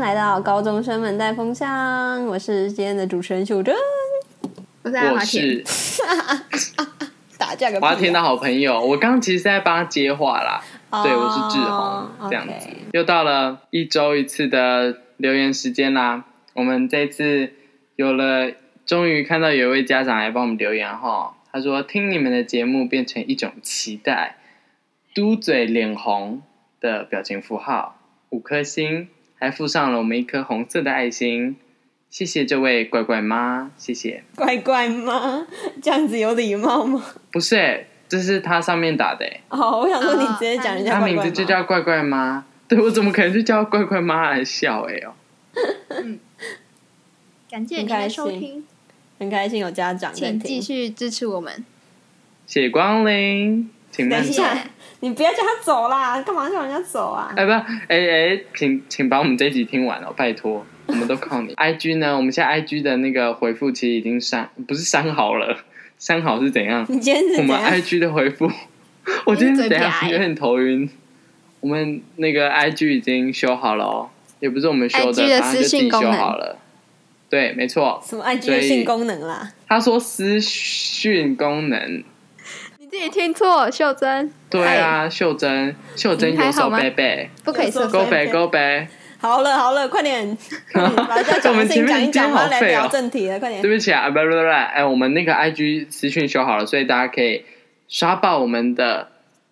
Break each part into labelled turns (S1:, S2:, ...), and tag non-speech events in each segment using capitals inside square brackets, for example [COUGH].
S1: 来到高中生们带风向，我是今天的主持人秀珍，
S2: 我在
S3: 我
S2: 华田，
S3: 是
S1: 打架个屁啊
S3: 华田的好朋友，我刚刚其实在帮他接话啦。
S1: 哦
S3: 对，我是志宏，这样子
S1: OK
S3: 又到了一周一次的留言时间啦。我们这次有了，终于看到有一位家长来帮我们留言哈，他说听你们的节目变成一种期待，嘟嘴脸红的表情符号，五颗星，还附上了我们一颗红色的爱心。谢谢这位怪怪妈，谢谢。
S1: 乖乖吗？这样子有礼貌吗？
S3: 不是、欸，这是他上面打的、欸，
S1: 哦，我想说
S2: 啊
S1: 你直接讲人家
S3: 他
S1: 乖
S3: 名
S1: 乖
S3: 字就
S1: 吗？
S3: 叫怪怪妈。 [LAUGHS] 对我怎么可能就叫怪怪妈来笑哎、哦？
S2: 感谢您的收听，
S1: 很开心有家长在
S2: 请继
S1: 听。
S2: 续支持我们。
S3: 谢谢光临，请慢
S1: 等一
S3: 走。
S1: 下，你不要叫他走啦，干嘛叫人家走啊？
S3: 哎不，哎哎，请请把我们这一集听完哦，拜托，我们都靠你。IG [LAUGHS] 呢，我们现在 IG 的那个回复其实已经删，不是删好了， [LAUGHS] 删好是怎样？
S1: 你今天是
S3: 我
S1: 怎
S3: 们
S1: 样？
S3: IG 的回复， [LAUGHS] 我今天
S2: 嘴
S3: 等一下
S2: 瓢欸
S3: 有点头晕。我们那个 IG 已经修好了哦，也不是我们修的
S2: IG 的
S3: 反正就
S2: 私
S3: 自
S2: 信
S3: 己
S2: 功
S3: 修
S2: 能
S3: 好了。对，没错，
S1: 什么 IG
S3: 所
S1: 的
S3: 以
S1: 性功能啦？
S3: 他说私讯功能，
S2: [LAUGHS] 你自己听错，秀珍，
S3: 对啊，秀珍，秀珍
S2: 哎你还
S3: 有
S2: 好
S3: 手
S2: 吗
S3: 背背，
S2: 哎，不可以说
S1: 说
S3: 勾
S1: 说
S3: 背勾背。
S1: 好了好了，快
S3: [LAUGHS]
S1: 点，快点把人家
S3: 我
S1: 讲的
S3: 们
S1: 事情
S3: 前面
S1: 讲一讲，
S3: 已
S1: 我
S3: 经好
S1: 要来
S3: 废
S1: 聊
S3: 哦
S1: 正题了，快点
S3: 对。不起啊，不不不，哎，我们那个 IG 私讯修好了，所以大家可以刷爆我们的，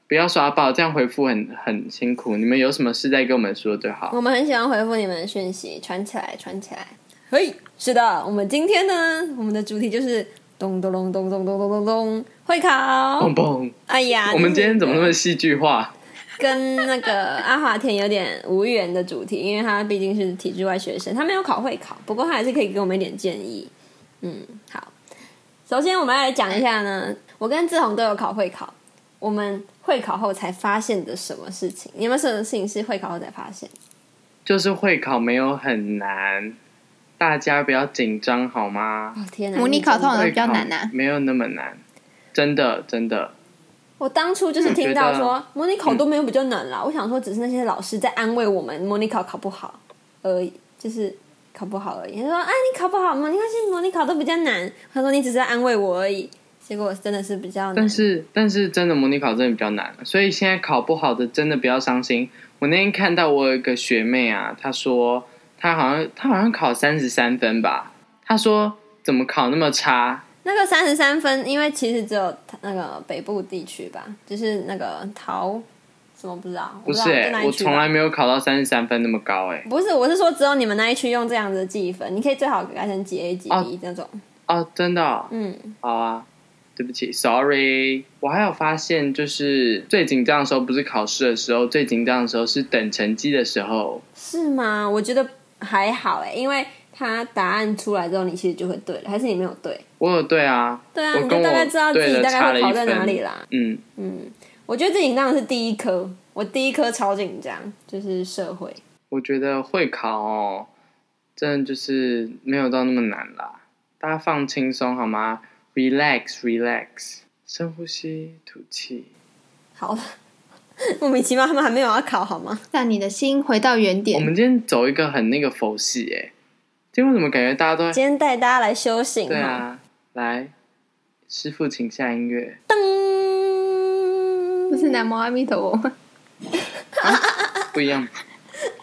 S3: 不要刷爆，这样回复很很辛苦。你们有什么事再跟我们说就好。
S2: 哦
S1: 我们很喜欢回复你们的讯息，传起来，传起来。嘿，是的，我们今天呢，我们的主题就是咚咚咚咚咚咚咚咚咚会考
S3: 砰。砰！
S1: 哎呀，
S3: 哦
S2: 啊
S3: 我们今天怎么那
S1: 这
S3: 么
S1: 是
S3: 戏剧化？
S1: 跟那个阿华田有点无缘的主题？因为他毕竟是体制外学生，他没有考会考，不过他还是可以给我们一点建议。嗯，好。首先，我们来讲一下呢，我跟志宏都有考会考，我们会考后才发现的什么事情？你有没有什么事情是会考后才发现？
S3: 就是会考没有很难，大家不要紧张好吗？
S1: 哦天哪！
S2: 模拟
S1: 你真
S2: 考
S1: 的
S2: 通常
S3: 会
S2: 比较
S3: 考
S2: 难啊。
S3: 没有那么难，真的真的。
S1: 我当初就是听
S3: 我
S1: 到
S3: 嗯觉得啊
S1: 说模拟考都没有比较难啦，我想说只是那些老师在安慰我们模拟考考不好而已，就是考不好而已。他说：“啊，你考不好嘛，没关系，模拟考都比较难。”他说：“你只是在安慰我而已。”结果真的是比较难。
S3: 但是但是真的模拟考真的比较难，所以现在考不好的真的不要伤心。我那天看到我有一个学妹啊，她说她好像她好像考三十三分吧，她说怎么考那么差？
S1: 那个三十三分，因为其实只有那个北部地区吧，就是那个桃什么不知道，
S3: 不
S1: 我
S3: 是
S1: 不知道
S3: 欸
S1: 就那一
S3: 我
S1: 区
S3: 从
S1: 吧
S3: 来没有考到三十三分那么高哎、
S1: 不是，我是说只有你们那一区用这样子的计分，你可以最好改成几 A 几
S3: 哦
S1: B 那种。
S3: 哦，真的哦、
S1: 嗯，
S3: 好啊，对不起，sorry。我还有发现，就是最紧张的时候不是考试的时候，最紧张的时候是等成绩的时候。
S1: 是吗？我觉得还好哎，因为他答案出来之后，你其实就会对了，还是你没有对？
S3: 我有对啊，
S1: 对啊，
S3: 我
S1: 你
S3: 跟
S1: 就大概
S3: 我
S1: 知道自
S3: 对
S1: 己
S3: 的
S1: 大概
S3: 差
S1: 会
S3: 了一
S1: 考在哪
S3: 分
S1: 里啦。
S3: 嗯，
S1: 我觉得最紧张的是第一科，我第一科超紧张，就是社会。
S3: 我觉得会考哦，真的就是没有到那么难啦，大家放轻松好吗？Relax, relax，深呼吸，吐气。
S1: 好了， [LAUGHS] 莫名其妙他们还没有要考好吗？
S3: 啊
S2: 让你的心回到原
S3: 我
S2: 点。
S3: 们今天走一个很那个佛系诶、今天为什么感觉大家都在
S1: 今天带大家来修行
S3: 对
S1: 哈，
S3: 啊？来，师傅请下音乐。
S2: 不
S1: 噔。
S2: 是南无阿弥陀佛，
S1: 啊
S3: 不一样，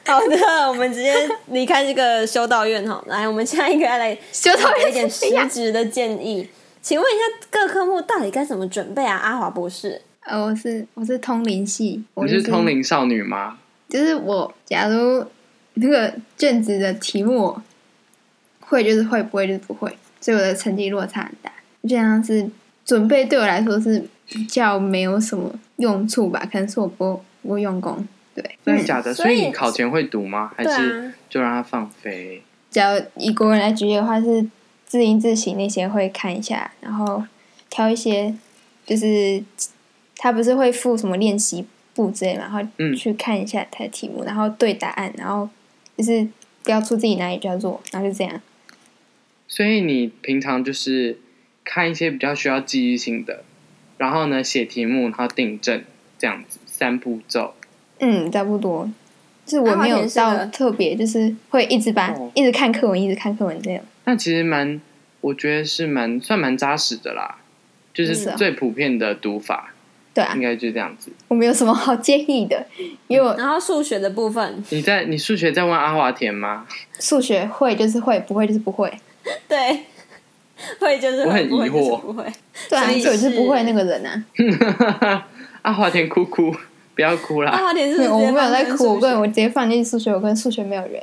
S1: 好的，我们直接离开这个修道院哈，来，我们下一个要来
S2: [LAUGHS] [LAUGHS] 修道
S1: 给一
S2: 院
S1: 点
S2: 是
S1: 实
S2: 这样。
S1: 质的建议。请问一下，各科目到底该怎么准备啊？阿华博士，
S2: 呃，我是我是通灵系，我
S3: 你
S2: 就是
S3: 通，灵少女吗？
S2: 就是我。假如那个卷子的题目会就是会，不会就是不会，所以我的成绩落差很大。就像是准备对我来说是比较没有什么用处吧，可能是我不不用功。对，
S3: 真的假的？
S1: 嗯所以
S3: 你考前会读吗？还
S1: 对
S3: 是
S1: 啊
S3: 就让它放飞？
S2: 只要以国文来举例的话，是字音字形那些会看一下，然后挑一些，就是他不是会附什么练习簿之类嘛，然后
S3: 嗯
S2: 去看一下他的题目，然后对答案，然后就是标出自己哪里比较弱，然后就这样。
S3: 所以你平常就是看一些比较需要记忆性的，然后呢写题目，然后订正，这样子三步骤。
S2: 嗯，差不多，就是我没
S1: 阿华
S2: 有
S1: 田是
S2: 到
S1: 个
S2: 特别，就是会一直把、
S3: 哦
S2: 一直看课文，一直看课文这样。
S3: 但其实蛮，我觉得是蛮算蛮扎实的啦，就是
S2: 是啊
S3: 最普遍的读法，
S2: 对啊
S1: 嗯
S3: 应，该就这样子。
S2: 我没有什么好建议的，因为我
S1: 然后数学的部分， [LAUGHS]
S3: 你在你数学在问阿华田吗？ [LAUGHS]
S2: 数学会就是会，不会就是不会。
S1: 对，会就是会，
S3: 我很
S1: 不会
S3: 疑
S1: 就
S3: 惑哎
S1: 是不会。
S2: 对
S1: 所
S2: 啊，所
S1: 以
S2: 以我就是不会
S1: 是
S2: 那个人啊。
S3: 阿华田哭哭，不要哭
S1: 阿
S3: 啦。
S1: 华田是不
S2: 没
S1: 是
S2: 有，
S1: 直接
S2: 我没有
S1: 放
S2: 在
S1: 生
S2: 哭，我
S1: 数学
S2: 跟我直接放弃数学，我跟数学没有缘。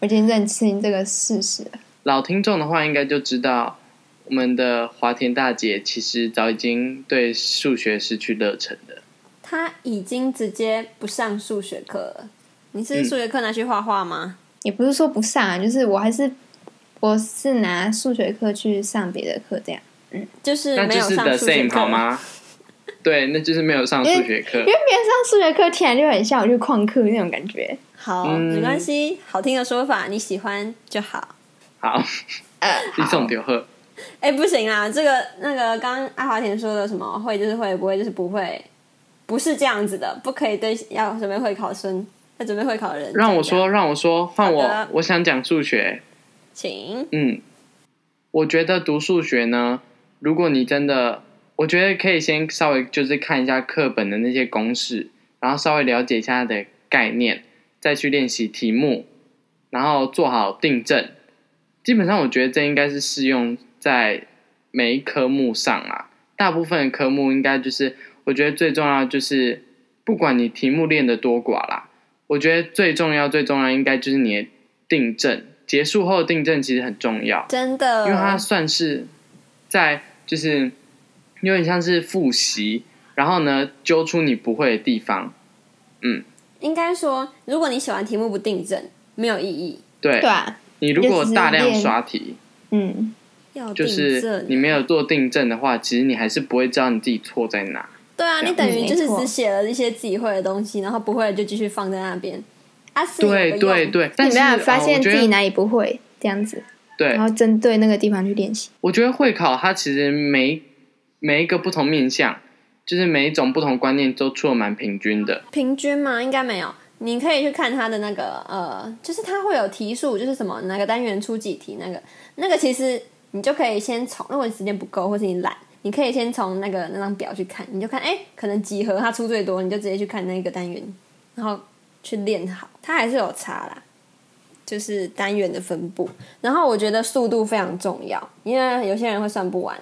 S2: 我已经认清这个事实了。
S3: 老听众的话应该就知道，我们的华田大姐其实早已经对数学失去热忱了。
S1: 他已经直接不上数学课了。你是
S3: 嗯
S1: 数学课拿去画画吗？
S2: 也不是说不上啊，就是我还是我是拿数学课去上别的课这样，
S1: 就是
S3: 那
S1: 没
S3: 就
S1: 有
S3: 是
S1: 上
S3: the
S1: 数学
S3: same
S1: 课
S3: 好？吗？对，那就是没有上数学课
S2: 因为。别人上数学课听起来就很像我去旷课那种感觉。
S1: 好，
S3: 嗯
S1: 没关系，好听的说法你喜欢就好。
S3: 好，
S2: 呃，
S3: 一
S2: 好
S3: 送丢贺。
S1: 哎、不行啦，这个那个刚刚阿华田说的什么会就是会，不会就是不会，不是这样子的，不可以对要准备会考生、要准备会考的人。
S3: 让我，说，让我说，换
S1: 好
S3: 我
S1: 的，
S3: 我想讲数学。
S1: 请
S3: 嗯，我觉得读数学呢，如果你真的，我觉得可以先稍微就是看一下课本的那些公式，然后稍微了解一下它的概念，再去练习题目，然后做好订正。基本上，我觉得这应该是适用在每一科目上啦。大部分的科目应该就是，我觉得最重要的就是，不管你题目练得多寡啦，我觉得最重要最重要应该就是你的订正，结束后的订正其实很重要。
S1: 真的，
S2: 嗯
S3: 因为它算是在就是有点像是复习，然后呢揪出你不会的地方，
S1: 应该说，如果你写完题目不订正，没有意义。
S3: 对
S2: 对啊，
S3: 你如果大
S2: 就
S3: 量
S2: 是练
S3: 刷题，
S2: 嗯，
S1: 要
S3: 就
S1: 订
S3: 是
S1: 正，
S3: 你没有做定正的话，其实你还是不会知道你自己错在哪。
S1: 对啊，
S3: 这
S1: 你
S3: 样
S1: 等于就是
S2: 嗯没错
S1: 只写了一些自己会的东西，然后不会的就继续放在那边。啊，是有个
S3: 对
S1: 用
S3: 对，对，但
S2: 你
S3: 是
S2: 没有发
S3: 呃
S2: 现
S3: 我觉
S2: 自
S3: 得
S2: 己哪里不会这样子，
S3: 对
S2: 然，后针对那个地方去练习。
S3: 我觉得会考它其实每每一个不同面向，就是每一种不同观念都出的蛮平均的。
S1: 平均吗？应该没有。你可以去看它的那个呃，就是它会有题数，就是什么哪个单元出几题，那个那个其实你就可以先从，如果你时间不够或是你懒，你可以先从那个那张表去看，你就看哎、诶可能几何它出最多，你就直接去看那个单元，然后去练好，它还是有差啦。就是单元的分布，然后我觉得速度非常重要，因为有些人会算不完。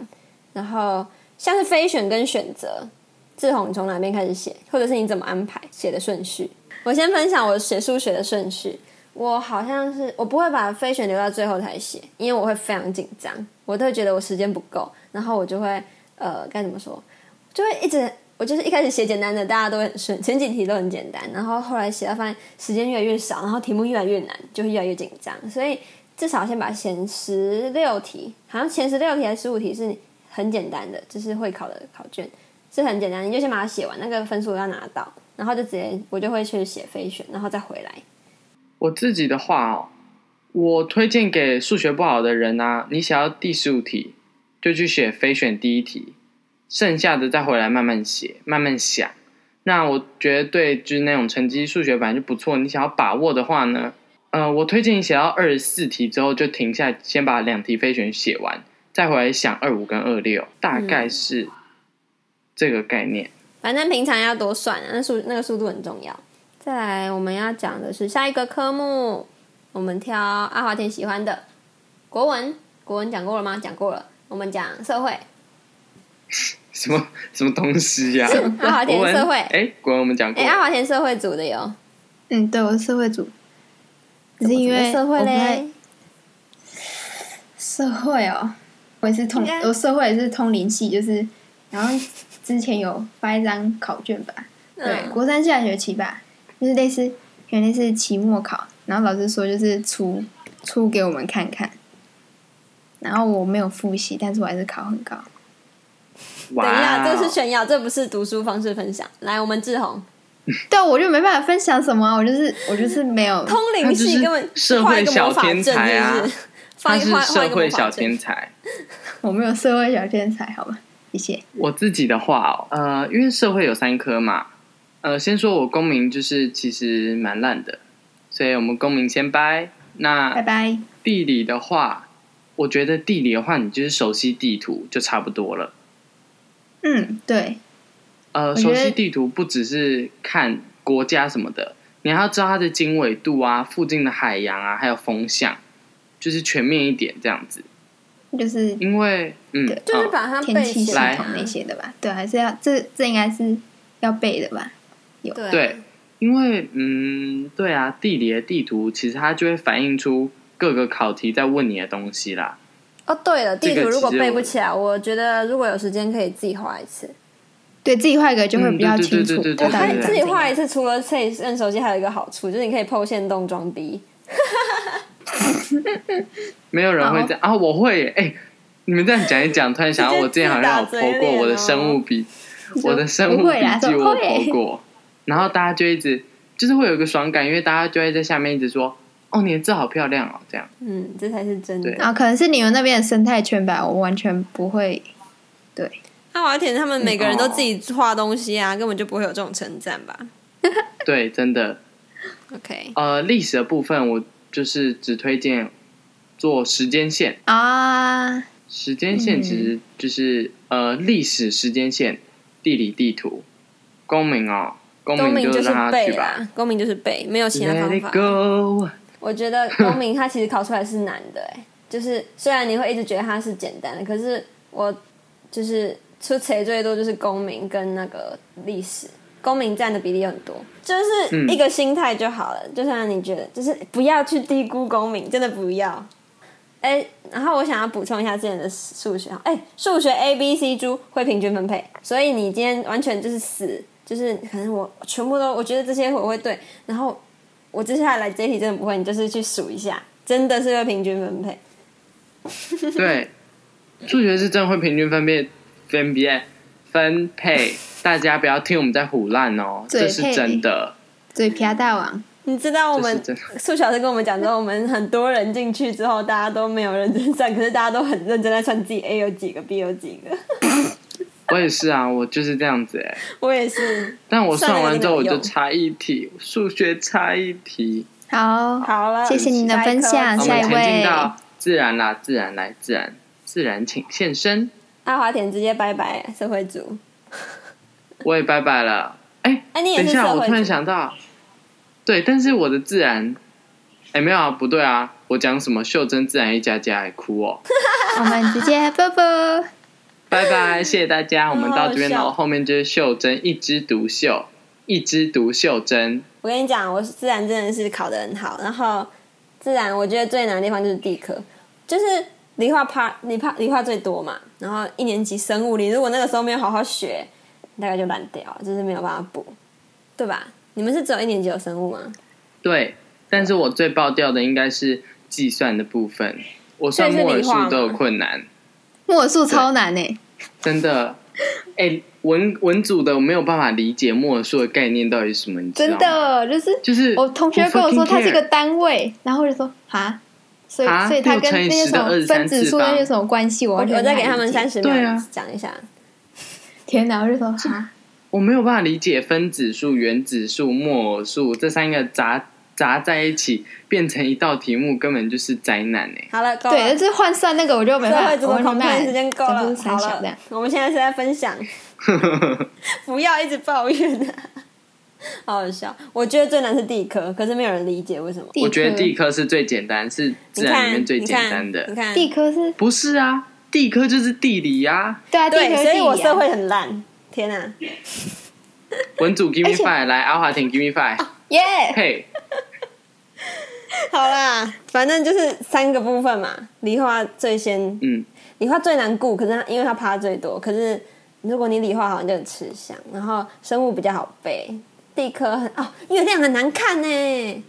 S1: 然后像是非选跟选择，志宏，你从哪边开始写，或者是你怎么安排写的顺序？我先分享我写数学的顺序。我好像是我不会把非选留到最后才写，因为我会非常紧张，我都会觉得我时间不够，然后我就会呃该怎么说，就会一直我就是一开始写简单的，大家都会很顺， [LAUGHS] 前几题都很简单，然后后来写到发现时间越来越少，然后题目越来越难，就会越来越紧张，所以至少先把前十六题，好像前十六题还是十五题是很简单的，就是会考的考卷，是很简单，你就先把它写完，那个分数要拿到，然后就直接我就会去写非选，然后再回来。
S3: 我自己的话哦，我推荐给数学不好的人啊，你想要第十五题就去写非选第一题，剩下的再回来慢慢写，慢慢想。那我觉得对，就是那种成绩数学本来就不错，你想要把握的话呢，呃，我推荐你写到二十四题之后就停下来，先把两题非选写完，再回来想二五跟二六，大
S1: 嗯
S3: 概是这个概念。
S1: 反正平常要多算、啊，那速那个速度很重要。再来，我们要讲的是下一个科目，我们挑阿华田喜欢的国文。国文讲过了吗？讲过了。我们讲社会，
S3: 什么什么东西呀、
S1: 阿华
S3: 国
S1: 田
S3: 文
S1: 社会。啊哎、
S3: 哎，国文我们讲过了。
S1: 阿华田社会组的有，
S2: 嗯，对，我是社会组，只是因为
S1: 怎么
S2: 我
S1: 社会
S2: 不太
S1: 嘞，
S2: 社会哦，我也是通
S1: 应，该
S2: 我社会也是通灵系，就是然后之前有发一张考卷吧，对，
S1: 嗯，
S2: 国三下学期吧，就是类似，有点类似期末考，然后老师说就是出出给我们看看，然后我没有复习，但是我还是考很高。
S3: 哇
S1: 等一下，
S3: 哦
S1: 这是炫耀，这不是读书方式分享。来，我们志宏，
S2: 对，我就没办法分享什么啊，我就是我就是没有，
S1: 通灵系根本
S3: 他就是社
S1: 画一
S3: 会
S1: 个
S3: 小
S1: 魔法
S3: 天
S1: 阵，
S3: 才啊
S1: 是不是？
S3: 他
S1: 放一
S3: 是
S1: 画画
S3: 社
S1: 一个魔
S3: 会
S1: 法
S3: 小
S1: 阵
S3: 天才。
S2: 我没有社会小天才，好吧，谢谢。
S3: 我自己的话、哦，呃，因为社会有三科嘛，呃，先说我公民就是其实蛮烂的，所以我们公民先拜。那
S2: 拜拜。
S3: 地理的话，我觉得地理的话，你就是熟悉地图就差不多了。
S2: 嗯，对，
S3: 呃，
S2: 我觉
S3: 熟
S2: 得
S3: 悉地图不只是看国家什么的，你还要知道它的经纬度啊、附近的海洋啊，还有风向，就是全面一点这样子。
S2: 就是
S3: 因为嗯，
S2: 对
S1: 就是
S3: 哦
S1: 把它
S2: 天
S1: 背
S2: 气系
S1: 起来
S2: 统那些的吧？对，还啊是要这这应该是要背的吧？
S1: 对啊
S3: 对因为嗯，对啊，地理的地图其实它就会反映出各个考题在问你的东西啦。
S1: 哦，对了，地
S3: 这
S1: 图
S3: 个
S1: 如果
S3: 其实
S1: 背
S3: 我
S1: 不起来，我觉得如果有时间可以自己画一次。
S2: 对自己画一个就会
S3: 嗯
S2: 比较
S3: 对对
S2: 清
S3: 对
S2: 楚。
S3: 对对
S1: 我
S2: 到
S1: 发
S2: 底
S1: 现
S2: 长
S1: 自己
S2: 怎
S1: 画
S2: 样
S1: 一次，除了可以摁手机，还有一个好处就是你可以 PO 线动装逼。
S3: 没有人会这样啊！我会耶哎、你们这样讲一讲，突然想到我之前好像有
S1: 直接自打嘴
S3: 泼过
S1: 脸
S3: 我的
S1: 哦
S3: 生物笔，
S2: 你说
S3: 我的生物
S2: 不
S3: 笔
S2: 会啦
S3: 记
S2: 说
S3: 我
S2: 会
S3: 泼过，然后大家就一直就是会有一个爽感，因为大家就会在下面一直说：“哦，你的字好漂亮哦！”这样
S1: 嗯，这才是真的
S3: 对。
S2: 啊，可能是你们那边的生态圈吧，我完全不会。
S1: 那我要填他们每个人
S3: 哦
S1: 都自己画东西啊，根本就不会有这种称赞吧
S3: 对，真的。
S1: ？OK，
S3: 呃，历史的部分我就是只推荐做时间线，
S2: 啊，
S3: 时间线其
S1: 嗯
S3: 实就是、呃历史时间线、地理地图、公民哦，公
S1: 公民
S3: 民就
S1: 就是
S3: 让他
S1: 背
S3: 去吧。
S1: 啦，公民就是背，没有其他
S3: Let
S1: 方
S3: it
S1: 法。
S3: go。
S1: 我觉得公民它其实考出来是难的、哎，就是虽然你会一直觉得它是简单的，可是我就是出题最多就是公民跟那个历史，公民占的比例很多，就是一个心态就好了。就算你觉得，就是不要去低估公民，真的不要。哎、然后我想要补充一下之前的数学，哎、数学 A B C 猪会平均分配，所以你今天完全就是死，就是可能我全部都我觉得这些我会对，然后我接下来这一题真的不会，你就是去数一下，真的是会平均分配。
S3: 对，数学是真的会平均分配分别分配，大家不要听我们在胡乱哦，
S2: 对
S3: 这是真的，
S2: 嘴瓢大王，
S1: 你知道我
S3: 这是
S1: 们呃
S3: 真的。
S1: 数学老师跟我们讲说，我们很多人进去之后，大家都没有认真算，可是大家都很认真在算自己 A 有几个，B 有几个。
S3: 我也是啊，我就是这样子哎、
S1: 我也是。
S3: 但我算完之后
S1: 算了
S3: 我
S1: 有没有
S3: 就
S1: 用
S3: 差一题，数学差一题。
S2: 好，
S1: 好了，
S2: 谢谢你的分享
S1: 下一
S3: 我
S1: 科
S3: 们
S2: 下一
S3: 前进
S2: 位
S3: 到自然啦，自然来，自然自然请现身，
S1: 阿华田直接拜拜社会组。
S3: 我也拜拜了。哎、
S1: 哎、你也
S3: 等一
S1: 是社
S3: 下，
S1: 会组？
S3: 我突然想到，对，但是我的自然，哎、没有啊，不对啊，我讲什么袖珍自然一家家还哭哦。
S2: 我们直接啵啵，
S3: 拜拜，谢谢大家，我们到这边
S1: 好好
S3: 喽。
S1: 笑
S3: 后面就是袖珍，一枝独秀，一枝独秀珍。
S1: 我跟你讲，我自然真的是考得很好，然后自然我觉得最难的地方就是地科，就是理化 part 理化理化最多嘛，然后一年级生物，你如果那个时候没有好好学，你大概就烂掉了，就是没有办法补，对吧？你们是只有一年级有生物吗？
S3: 对，但是我最爆掉的应该是计算的部分，我算
S1: 所以是
S3: 木尔
S1: 理化
S3: 数都有
S1: 吗
S3: 困难，
S2: 墨数超难呢。
S3: 真的。哎、文文组的我没有办法理解木尔数的概念到底是什么，你知道
S2: 真
S3: 吗？
S2: 的就是
S3: 就是啊
S2: 我同学
S3: who
S2: 跟我说
S3: fucking
S2: 它是一个
S3: care
S2: 单位，然后我就说啊，所以
S3: 啊
S2: 所以它
S3: 六
S2: 跟
S3: 乘以
S2: 那些
S3: 10
S2: 什
S3: 的
S2: 么
S3: 23
S2: 分子数
S3: 次方
S2: 那些什么关系，我
S1: 我
S2: 完全
S1: 我再给他
S2: 无
S1: 们
S2: 法
S1: 三
S2: 理
S1: 十
S2: 解。
S1: 秒
S3: 对啊
S1: 讲一下，
S2: 天哪，我就说
S1: [LAUGHS]
S2: 啊，
S3: 我没有办法理解分子数、原子数、木偶数这三个杂杂在一起变成一道题目，根本就是灾难哎、
S1: 好了，够了。
S2: 对，但是换算那个我就没
S1: 社
S2: 办
S1: 哦会
S2: 法，
S1: 主
S2: 我
S1: 的
S2: 完全
S1: 恐
S2: 没办
S1: 骗
S2: 法
S1: 时间够
S2: 整
S1: 了
S2: 出，三
S1: 好
S2: 小这样
S1: 了，我们现在是在分享，不要一直抱怨、啊，好好笑。我觉得最难是地科，可是没有人理解为什么。
S2: 地
S3: 我觉得
S2: 科
S3: 地科是最简单，是
S1: 你
S3: 自然里
S1: 看，
S3: 面
S1: 你
S3: 最
S1: 看，
S3: 简单
S1: 你
S3: 的。
S1: 看，
S2: 地科是
S3: 不是啊，地科就是地理呀、
S2: 对啊，地
S1: 对，
S2: 科
S1: 所以
S2: 地
S1: 我
S2: 理啊
S1: 社会很烂。天哪、
S2: [LAUGHS]
S3: 文
S1: [LAUGHS]
S3: 组 give
S2: 而
S3: me
S2: 且
S3: five，来阿华田 give me five，
S2: 耶，
S3: 嘿，
S1: 好啦，反正就是三个部分嘛。理化最先，
S3: 嗯，
S1: 理化最难顾，可是它因为它趴最多，可是如果你理化好像就很吃香，然后生物比较好背，地科很哦，月亮很难看呢，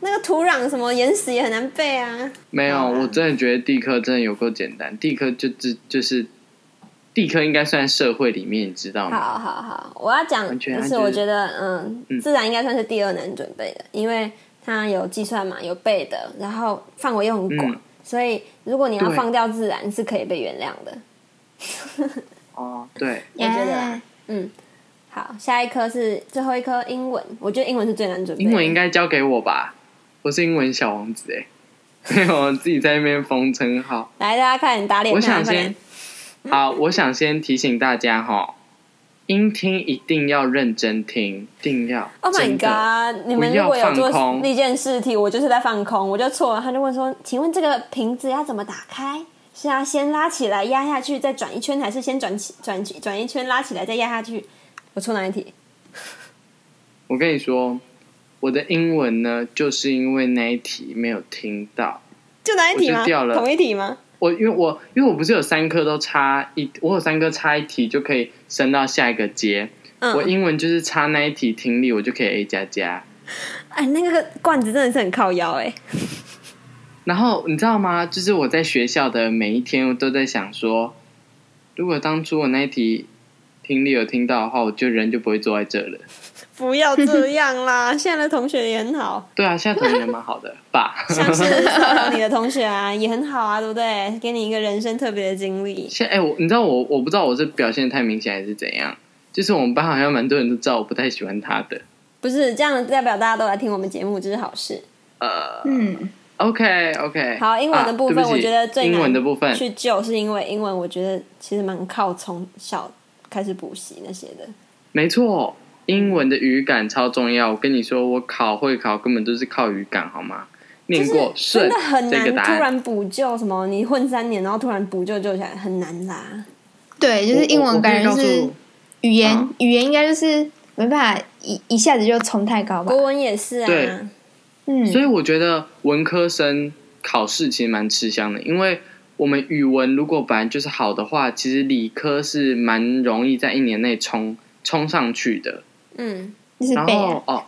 S1: 那个土壤什么岩石也很难背啊。
S3: 没有，
S1: 好啦
S3: 我真的觉得地科真的有够简单，地科就只就是地科应该算社会里面，你知道吗？
S1: 好好好，我要讲
S3: 完全
S1: 就
S3: 安
S1: 是
S3: 全
S1: 我觉得嗯，自然应该算是第二难准备的，因为它有计算嘛，有背的，然后范围又很广，
S3: 嗯
S1: 所以如果你要
S3: 对
S1: 放掉自然是可以被原谅的。 [LAUGHS]
S3: 哦，对，
S1: 我觉得啦
S2: 耶
S1: 嗯，好，下一科是最后一科英文，我觉得英文是最难准备的。
S3: 英文应该交给我吧，我是英文小王子哎、没有 [LAUGHS] 我自己在那边封称号。
S1: 来，大家快点打脸
S3: 我
S1: 他！
S3: 想
S1: 快
S3: 先
S1: 点，
S3: [LAUGHS] 好，我想先提醒大家哈，音听一定要认真听，一定要。
S1: Oh my
S3: 真的
S1: god！你们如果有
S3: 不要放
S1: 做
S3: 空
S1: 那件试题，我就是在放空，我就错了。他就问说：“请问这个瓶子要怎么打开？是要先拉起来压下去，再转一圈，还是先转起转起转一圈拉起来再压下去？”我错哪一题？
S3: 我跟你说，我的英文呢，就是因为那一题没有听到。
S1: 就哪一题
S3: 我
S1: 吗？
S3: 就掉了
S1: 同一题吗？
S3: 我因为我因为我不是有三科都差一，我有三科差一题就可以升到下一个阶。我
S1: 嗯，
S3: 英文就是差那一题听力，我就可以 A 加加。
S1: 哎，那个罐子真的是很靠腰哎、
S3: 然后你知道吗？就是我在学校的每一天，我都在想说，如果当初我那一题听力有听到的话，我就人就不会坐在这了。
S1: 不要这样
S3: [LAUGHS]
S1: 啦！现在的同学也很好，
S3: 对啊，现在同学蛮好的
S1: [LAUGHS]
S3: 吧？
S1: 像是骚扰你的同学啊，也很好啊，对不对？给你一个人生特别的经历。
S3: 现在哎、我你知道我我不知道我是表现得太明显还是怎样，就是我们班好像蛮多人都知道我不太喜欢他的。
S1: 不是这样，代表大家都来听我们节目，这是好事。
S3: 呃啊
S2: 嗯，
S3: ，OK OK，
S1: 好英文的部分我觉得最难
S3: 英文的部分
S1: 去救是因为英文，我觉得其实蛮靠从小开始补习那些的。
S3: 没错，英文的语感超重要。我跟你说，我考会考根本都是靠语感，好吗？念
S1: 就
S3: 过
S1: 是真
S3: 顺
S1: 的很
S3: 这
S1: 难，
S3: 个答
S1: 突
S3: 案，
S1: 然补救什么？你混三年，然后突然补救救起来很难啦。
S2: 对，就是英文感觉是语言
S3: 嗯，
S2: 语言应该就是没办法一一下子就冲太高吧。
S1: 国文也是
S3: 对
S1: 啊，
S2: 嗯，
S3: 所以我觉得文科生考试其实蛮吃香的，因为我们语文如果本来就是好的话，其实理科是蛮容易在一年内冲冲上去的。
S1: 嗯，
S2: 就是
S3: 然
S2: 背
S3: 后
S2: 啊，
S3: 哦，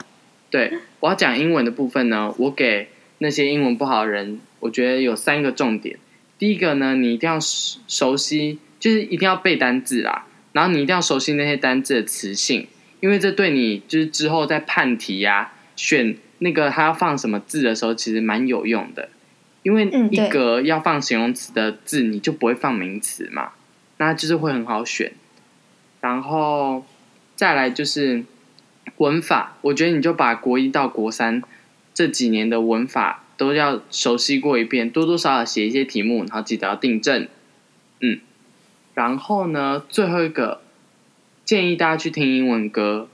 S3: 对，我要讲英文的部分呢，我给那些英文不好的人，我觉得有三个重点。第一个呢，你一定要熟熟悉，就是一定要背单字啦，然后你一定要熟悉那些单字的词性，因为这对你就是之后在判题呀、选那个他要放什么字的时候，其实蛮有用的。因为
S2: 嗯
S3: 一
S2: 对
S3: 格要放形容词的字，你就不会放名词嘛，那就是会很好选。然后再来就是文法，我觉得你就把国一到国三这几年的文法都要熟悉过一遍，多多少少写一些题目，然后记得要订正。嗯，然后呢，最后一个建议大家去听英文歌，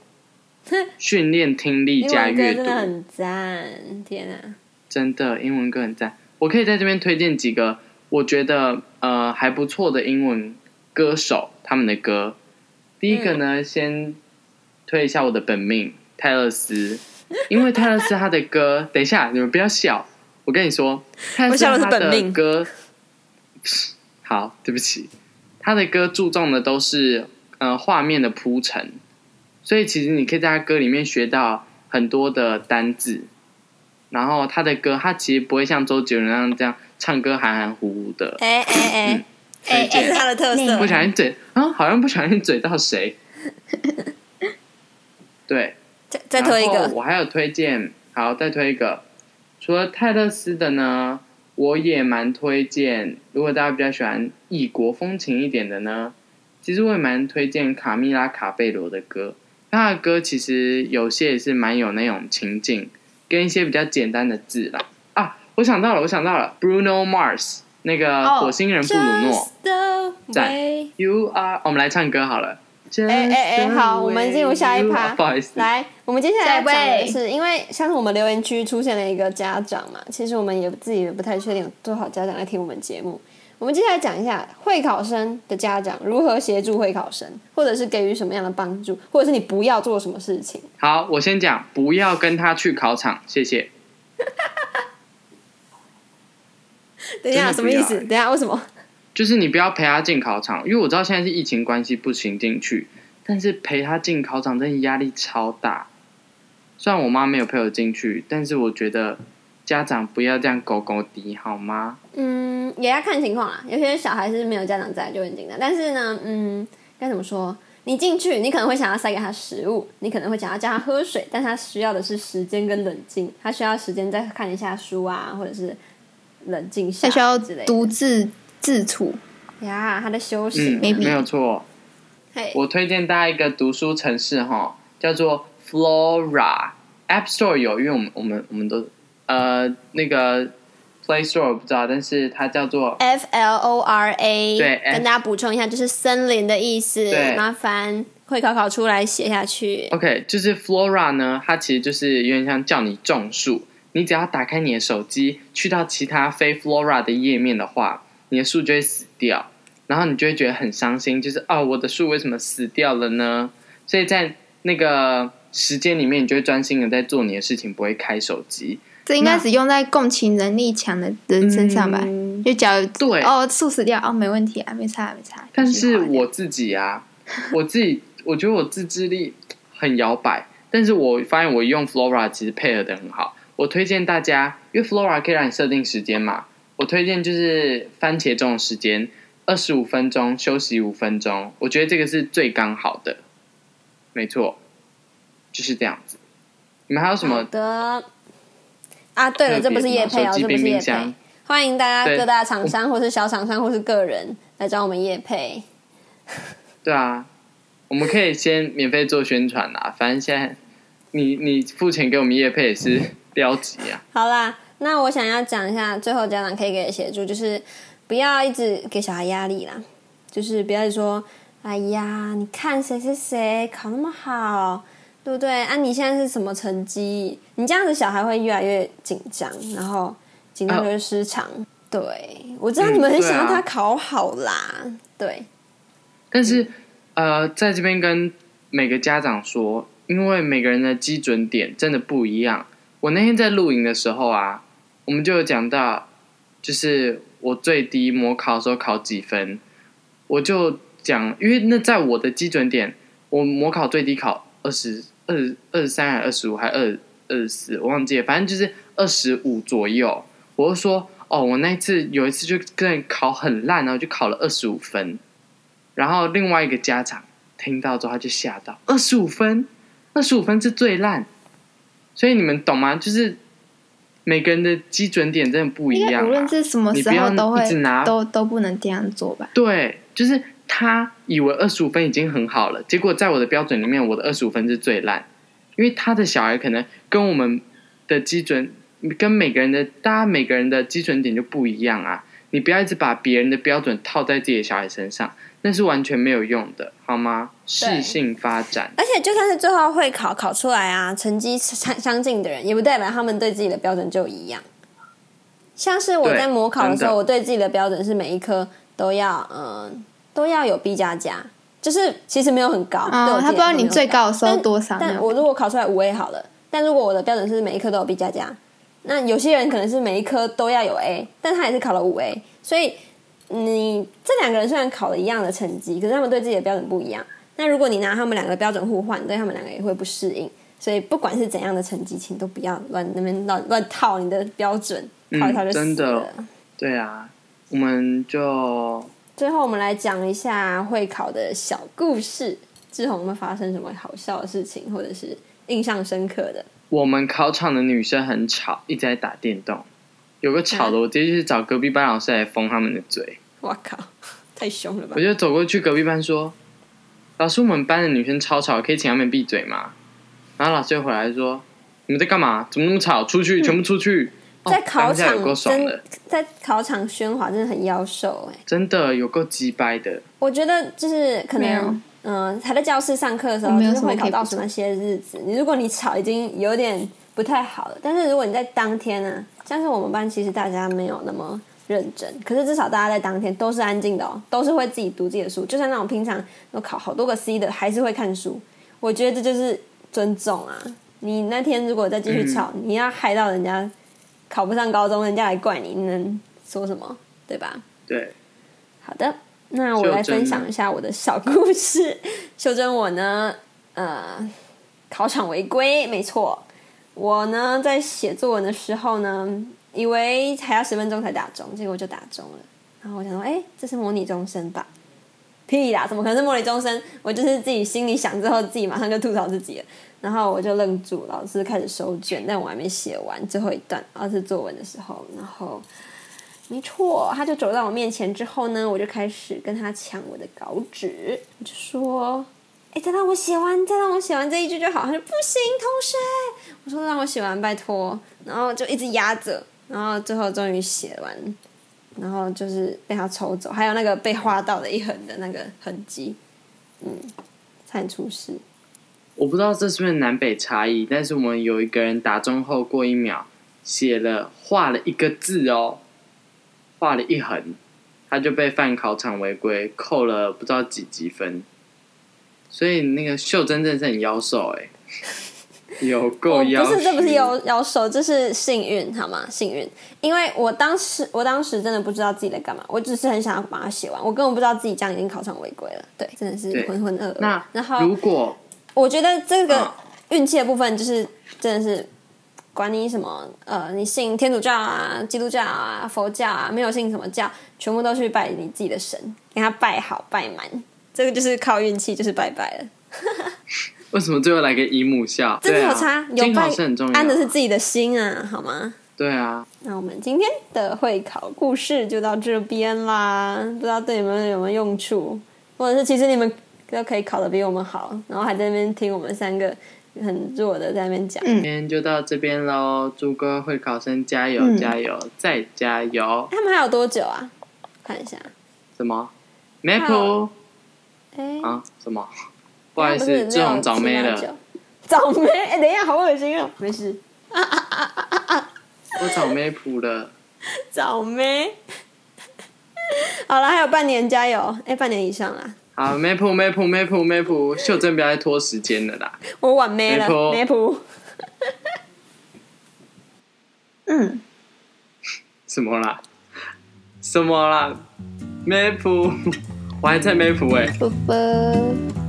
S3: 训练听力
S1: 英
S3: 加
S1: 文
S3: 阅
S1: 歌真。
S3: 读
S1: 的很赞，天啊！
S3: 真的英文歌很赞。我可以在这边推荐几个我觉得呃还不错的英文歌手他们的歌。第一个
S1: 嗯
S3: 呢，先推一下我的本命泰勒斯，因为泰勒斯他的歌， [LAUGHS] 等一下你们不要笑，我跟你说，泰勒斯
S1: 我笑的是
S3: 他
S1: 本
S3: 的
S1: 命
S3: 歌，好，对不起，他的歌注重的都是呃画面的铺陈，所以其实你可以在他歌里面学到很多的单字。然后他的歌，他其实不会像周杰伦那样这样唱歌含含糊糊的。
S1: 哎哎哎，
S2: 哎
S1: 这是他的特色
S2: 那
S3: 不。小心嘴啊，好像不小心嘴到谁。 [LAUGHS] 对，
S1: 再再推一
S3: 然后
S1: 个，
S3: 我还有推荐，好，再推一个。除了泰勒斯的呢，我也蛮推荐。如果大家比较喜欢异国风情一点的呢，其实我也蛮推荐卡蜜拉卡贝罗的歌。她的歌其实有些也是蛮有那种情境，跟一些比较简单的字啦。啊，我想到了，我想到了，Bruno Mars 那个
S2: 哦
S3: 火星人布鲁诺。
S1: Just the
S3: 赞
S1: way
S3: You are，我们哦来唱歌好了。
S1: 哎哎好我们进入下一
S3: Just the way
S1: 趴
S3: you are 不好意思，
S1: 来，我们接下来要
S2: 下
S1: 讲
S2: 一
S1: 的
S2: 位
S1: 是，因为像是我们留言区出现了一个家长嘛，其实我们也自己也不太确定有多少家长来听我们节目。我们接下来讲一下会考生的家长如何协助会考生，或者是给予什么样的帮助，或者是你不要做什么事情。
S3: 好，我先讲，不要跟他去考场，谢谢。
S1: 等一下，什
S3: 真的
S1: 么
S3: 不
S1: 意
S3: 要
S1: 思？
S3: 欸
S1: 等一下，为什么？
S3: 就是你不要陪他进考场，因为我知道现在是疫情关系不行进去，但是陪他进考场真的压力超大。虽然我妈没有陪我进去，但是我觉得家长不要这样狗狗滴好吗？
S1: 嗯，也要看情况啦。有些小孩是没有家长在就很紧张，但是呢，嗯，该怎么说？你进去，你可能会想要塞给他食物，你可能会想要叫他喝水，但他需要的是时间跟冷静，他需要时间再看一下书啊，或者是冷静下
S2: 他需要
S1: 之类的
S2: 独自自处，
S1: 呀，他的休息
S3: 嗯，。
S2: maybe
S3: 没有错。
S1: 嘿、
S3: 我推荐大家一个读书城市哈，叫做 Flora App Store 有，因为我们我们我们都呃那个 Play Store 我不知道，但是它叫做
S1: F L O R A，
S3: 对
S1: 跟大家补充一下，就是森林的意思
S3: 对。
S1: 麻烦会考考出来写下去。
S3: OK，就是 Flora 呢，它其实就是有点像叫你种树。你只要打开你的手机，去到其他非 Flora 的页面的话，你的树就会死掉，然后你就会觉得很伤心，就是哦，我的树为什么死掉了呢？所以在那个时间里面，你就会专心的在做你的事情，不会开手机。
S2: 这应该只用在共情能力强的人身上吧？
S3: 嗯
S2: 就假如
S3: 对
S2: 哦，猝死掉哦，没问题啊，没差没差。
S3: 但是
S2: 就划掉
S3: 我自己啊， [LAUGHS] 我自己我觉得我自制力很摇摆，但是我发现我用 Flora 其实配合的很好。我推荐大家，因为 Flora 可以让你设定时间嘛，我推荐就是番茄钟的时间，二十五分钟休息五分钟，我觉得这个是最刚好的，没错，就是这样子。你们还有什
S1: 好
S3: 么？
S1: 的。啊，对了，这
S3: 特别
S1: 不是叶配哦，
S3: 手
S1: 这
S3: 机
S1: 不
S3: 冰
S1: 是叶
S3: 冰
S1: 配
S3: 箱。
S1: 欢迎大家
S3: 对
S1: 各大厂商，或是小厂商，或是个人来找我们叶配。
S3: 对啊，我们可以先免费做宣传啦，反正现在你你付钱给我们业配也是 [LAUGHS] 撩级啊。
S1: 好啦，那我想要讲一下，最后家长可以给的协助，就是不要一直给小孩压力啦，就是不要一直说，哎呀，你看谁谁谁考那么好，对不对？啊，你现在是什么成绩？你这样子小孩会越来越紧张，然后紧张就会失常。对，我知道
S3: 嗯
S1: 你们很
S3: 对啊
S1: 想要他考好啦，对，
S3: 但是，呃，在这边跟每个家长说，因为每个人的基准点真的不一样。我那天在录影的时候啊，我们就有讲到，就是我最低模考的时候考几分，我就讲，因为那在我的基准点，我模考最低考二十二、二十三还二十五还二二十四，我忘记了，反正就是二十五左右。我就说，哦，我那一次有一次就真的考很烂，然后就考了二十五分。然后另外一个家长听到之后，他就吓到，二十五分，二十五分是最烂。所以你们懂吗？就是每个人的基准点真的不一
S2: 应该
S3: 样、
S2: 无论
S3: 啊。
S2: 是什么时
S3: 你不要
S2: 候都会
S3: 一直拿
S2: 都都不能这样做吧？
S3: 对，就是他以为二十五分已经很好了，结果在我的标准里面，我的二十五分是最烂，因为他的小孩可能跟我们的基准，跟每个人的，大家每个人的基准点就不一样啊。你不要一直把别人的标准套在自己的小孩身上，那是完全没有用的，好吗？
S1: 对
S3: 适性发展。
S1: 而且就算是最后会考考出来啊，成绩相相近的人，也不代表他们对自己的标准就一样。像是我
S3: 对
S1: 在模考的时
S3: 真
S1: 候，
S3: 的
S1: 我对自己的标准是每一科都要，嗯、都要有 B 加加，就是其实没有很高。对我
S2: 哦，
S1: 自己
S2: 他不知道你最高的时
S1: 来说没有
S2: 候
S1: 很高
S2: 多少
S1: 但
S2: 那
S1: 但
S2: 种
S1: 我如果考出来五 A 好了，但如果我的标准是每一科都有 B 加加，那有些人可能是每一科都要有 A，但他也是考了五 A，所以嗯你这两个人虽然考了一样的成绩，可是他们对自己的标准不一样。那如果你拿他们两个标准互换，对他们两个也会不适应。所以不管是怎样的成绩，请都不要乱那边乱乱套你的标准，
S3: 嗯
S1: 套一套就
S3: 真
S1: 死
S3: 的
S1: 了。
S3: 对啊，我们就
S1: 最后我们来讲一下会考的小故事，志宏有没有发生什么好笑的事情，或者是印象深刻的？
S3: 我们考场的女生很吵，一直在打电动，有个吵的，我直接去找隔壁班老师来封他们的嘴。
S1: 哇靠，太凶了吧
S3: 我！就走过去隔壁班说：“老师，我们班的女生超吵，可以请他们闭嘴吗？”然后老师就回来说：“你们在干嘛？怎么那么吵？出去，全部出去！”哦
S1: 嗯在考
S3: 当下有
S1: 场
S3: 够爽
S1: 真
S3: 的，
S1: 在考场喧哗真的很妖兽哎、
S3: 真的有够鸡掰的。
S1: 我觉得就是可
S2: 没有
S1: 能，嗯，还在教室上课的时候，
S2: 我没
S1: 就
S2: 有
S1: 是
S2: 什么
S1: 会
S2: 可
S1: 考
S2: 以
S1: 倒
S2: 补
S1: 数那些日子，你如果你吵已经有点不太好了，但是如果你在当天呢、像是我们班其实大家没有那么认真，可是至少大家在当天都是安静的哦，都是会自己读自己的书，就像那种平常都考好多个 C 的，还是会看书。我觉得这就是尊重啊！你那天如果再继续吵，
S2: 嗯
S1: 你要害到人家考不上高中，人家来怪你，你能说什么？对吧？
S3: 对，
S1: 好的，那我来分享一下我的小故事。修正我呢，呃，考场违规，没错。我呢在写作文的时候呢，以为还要十分钟才打钟，结果就打钟了。然后我想说，哎、这是模拟钟声吧？屁啦，怎么可能是模拟钟声？我就是自己心里想之后，自己马上就吐槽自己了。然后我就愣住，老师开始收卷，但我还没写完最后一段，然后是作文的时候，然后没错，他就走到我面前之后呢，我就开始跟他抢我的稿纸，我就说：“哎，再让我写完，再让我写完这一句就好。”他说：“不行，同学，我说让我写完，拜托。然后就一直压着，然后最后终于写完，然后就是被他抽走，还有那个被划到的一横的那个痕迹，嗯，差点出事。
S3: 我不知道这是不是南北差异，但是我们有一个人打中后过一秒，写了画了一个字哦，画了一横，他就被犯考场违规，扣了不知道几级分。所以那个秀珍真的是很妖兽
S1: [LAUGHS]
S3: 哎、有够
S1: 我
S3: 妖
S1: 哦不
S3: 兽。
S1: 是，这不是妖妖兽，这是幸运，好吗？幸运，因为我当时我当时真的不知道自己在干嘛，我只是很想要把它写完，我根本不知道自己这样已经考场违规了，对，真的是
S3: 对
S1: 浑浑噩噩。
S3: 那
S1: 然后
S3: 如果
S1: 我觉得这个
S3: 嗯
S1: 运气的部分，就是真的是管你什么呃，你信天主教啊、基督教啊、佛教啊，没有信什么教，全部都去拜你自己的神，给他拜好拜满，这个就是靠运气，就是拜拜了。
S3: 为什么最后来个姨母笑？
S1: 这
S3: 对
S1: 是有
S3: 啊
S1: 差，有
S3: 监
S1: 拜
S3: 考是很重要，
S1: 安的是自己的心啊，好吗？
S3: 对啊，
S1: 那我们今天的会考故事就到这边啦，不知道对你们有没有用处，或者是其实你们都可以考得比我们好，然后还在那边听我们三个很弱的在那边讲。
S2: 嗯
S3: 今天就到这边喽，祝各位会考生加油、
S2: 嗯
S3: 加油再加油！
S1: 他们还有多久啊？看一下，
S3: 什么
S1: 还有
S3: ？Maple
S1: 哎、
S3: 啊？什么？不好意
S1: 他们
S3: 思，
S1: 不是
S3: 这种早
S1: 6
S3: 妹了，，
S1: 早妹，哎、等一下，好恶心哦，没事，
S3: 我早妹谱了。
S1: 早妹。好了，还有半年，加油！哎、半年以上啦，
S3: 好，Maple Maple Maple Maple，秀珍不要再拖时间了啦。
S1: 我晚妹了，
S3: 没
S1: 没谱。
S2: 嗯，
S3: 什么啦？什么啦？Maple，我还在 Maple 哎、
S2: 啵啵。